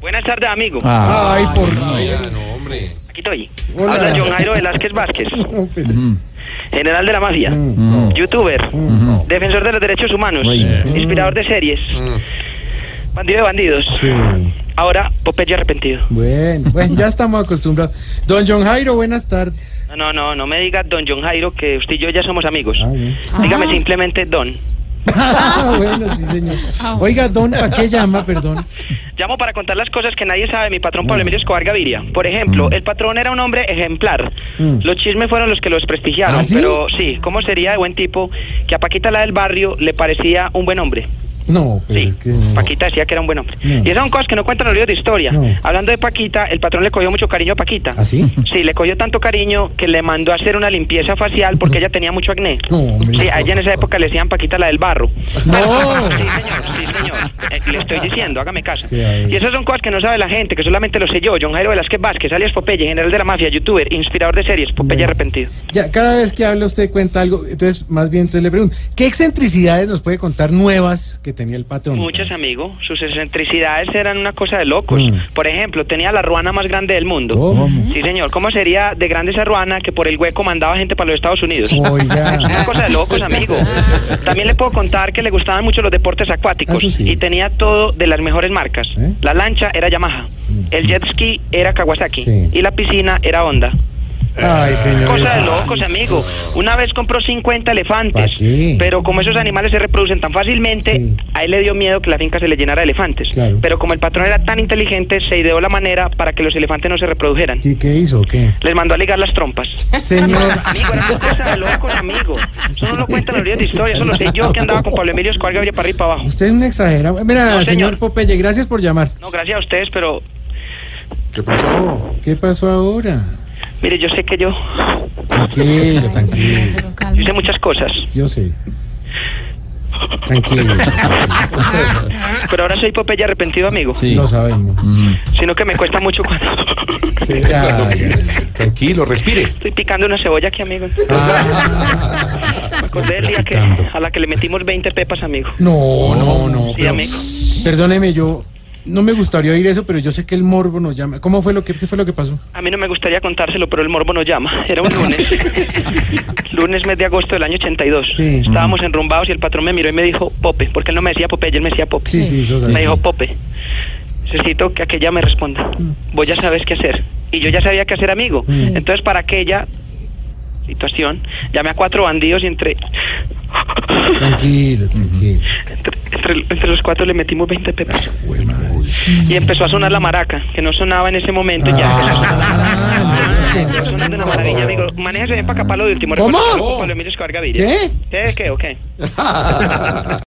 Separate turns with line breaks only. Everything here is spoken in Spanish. Buenas tardes, amigo.
Ah,
Ay, por
no.
Dios.
no, hombre.
Aquí estoy.
Hola.
Habla John Jairo Velázquez Vázquez,
No, pues,
Mm,
general de la mafia,
Mm.
youtuber, defensor de los derechos humanos,
Bueno.
inspirador de series, bandido de bandidos.
Mm. sí.
Ahora, Popeye arrepentido.
Bueno, bueno, ya estamos acostumbrados. Don John Jairo, buenas tardes.
No, No, no, no me diga Don John Jairo que usted y yo ya somos amigos.
Ah, bueno.
Dígame simplemente Don.
Ah, bueno, sí, señor. Oiga, Don, ¿a qué llama, perdón?
Llamo para contar las cosas que nadie sabe de mi patrón Pablo Emilio Escobar Gaviria. Por ejemplo, el patrón era un hombre ejemplar.
Mm.
Los chismes fueron los que los prestigiaron.
¿Ah, sí?
Pero sí, ¿cómo sería de buen tipo que a Paquita la del barrio le parecía un buen hombre?
No, pues
Sí,
es que no.
Paquita decía que era un buen hombre.
No.
Y esas son cosas que no cuentan los libros de historia.
No.
Hablando de Paquita, el patrón le cogió mucho cariño a Paquita.
¿Ah, sí?
Sí, le cogió tanto cariño que le mandó a hacer una limpieza facial porque ella tenía mucho acné.
No, hombre.
Sí, a ella en esa época le decían Paquita la del barro.
No.
Pero- sí, señor, sí, señor. Eh, le estoy diciendo, hágame caso.
Sí, a ver.
y esas son cosas que no sabe la gente, que solamente lo sé yo. John Jairo Velázquez Vázquez, alias Popeye, general de la mafia, youtuber, inspirador de series, Popeye
Bueno.
arrepentido.
Ya, cada vez que habla usted cuenta algo, entonces más bien entonces le pregunto, ¿qué excentricidades nos puede contar nuevas que tenía el patrón?
Muchas, amigo. Sus excentricidades eran una cosa de locos.
Mm. Oh,
Por ejemplo, tenía la ruana más grande del mundo.
¿Cómo?
Sí, señor. ¿Cómo sería de grande esa ruana que por el hueco mandaba gente para los Estados Unidos? Una
Oiga.
cosa de locos, amigo. También le puedo contar que le gustaban mucho los deportes acuáticos
Eso sí.
y tenía todo de las mejores marcas.
¿Eh? Mm.
La lancha era Yamaha, el jet ski era Kawasaki
Sí.
y la piscina era Honda.
Ay, señor.
Cosa de
Jesucristo.
locos, amigo. Una vez compró 50 elefantes,
¿Pa' qué?
pero como esos animales se reproducen tan fácilmente,
Sí.
a él le dio miedo que la finca se le llenara de elefantes.
Claro.
Pero como el patrón era tan inteligente, se ideó la manera para que los elefantes no se reprodujeran.
¿Qué, qué hizo? o ¿Qué?
Les mandó a ligar las trompas.
Señor.
Amigo, era una cosa de locos, amigo. Eso no lo cuentan los libros de historia, eso lo sé yo que andaba con Pablo Emilio Escobar Gabriel para arriba y para abajo.
Usted es un exagerado. Mira,
No,
señor
señor.
Popeye, gracias por llamar.
No, gracias a ustedes, pero
¿Qué pasó?
¿Qué pasó ahora?
mire, yo sé que yo
Tranquilo, tranquilo.
yo hice muchas cosas,
Yo sé. Tranquilo.
pero ahora soy Popeye arrepentido, amigo.
Sí.
Lo sabemos.
mm.
Sino que me cuesta mucho cuando
Ya, ya.
Tranquilo, respire.
estoy picando una cebolla aquí, amigo.
Ah.
Me acordé del día que, a la que le metimos 20 pepas, amigo.
No, no, no.
Sí,
pero-
amigo.
perdóneme, yo no me gustaría oír eso, pero yo sé que el morbo nos llama. ¿Cómo fue lo que qué fue lo que pasó?
A mí no me gustaría contárselo, pero el morbo nos llama. Era un lunes. lunes, mes de agosto del año 82.
Sí.
Estábamos enrumbados y el patrón me miró y me dijo Pope, porque él no me decía Popeye, él me decía Pope.
Sí, sí, eso
me
sí.
dijo Pope. Necesito que aquella me responda. Vos ya sabes qué hacer. Y yo ya sabía qué hacer, amigo.
Mm.
Entonces, para aquella situación, llamé a cuatro bandidos y entre,
Tranquilo, tranquilo.
entre, entre- entre los cuatro le metimos 20 pepas.
Ah, Güey, madre.
Y empezó a sonar la maraca, que no sonaba en ese momento. y ya
Ah,
empezó a sonar la maraca. Empezó
no, no, no,
sonando
no.
una maravilla, amigo. Manéjese bien para acá para lo último.
¿Cómo?
Recuerda, Pablo Emilio Escobar Gaviria.
¿Qué?
¿Qué? ¿Qué? ¿O qué?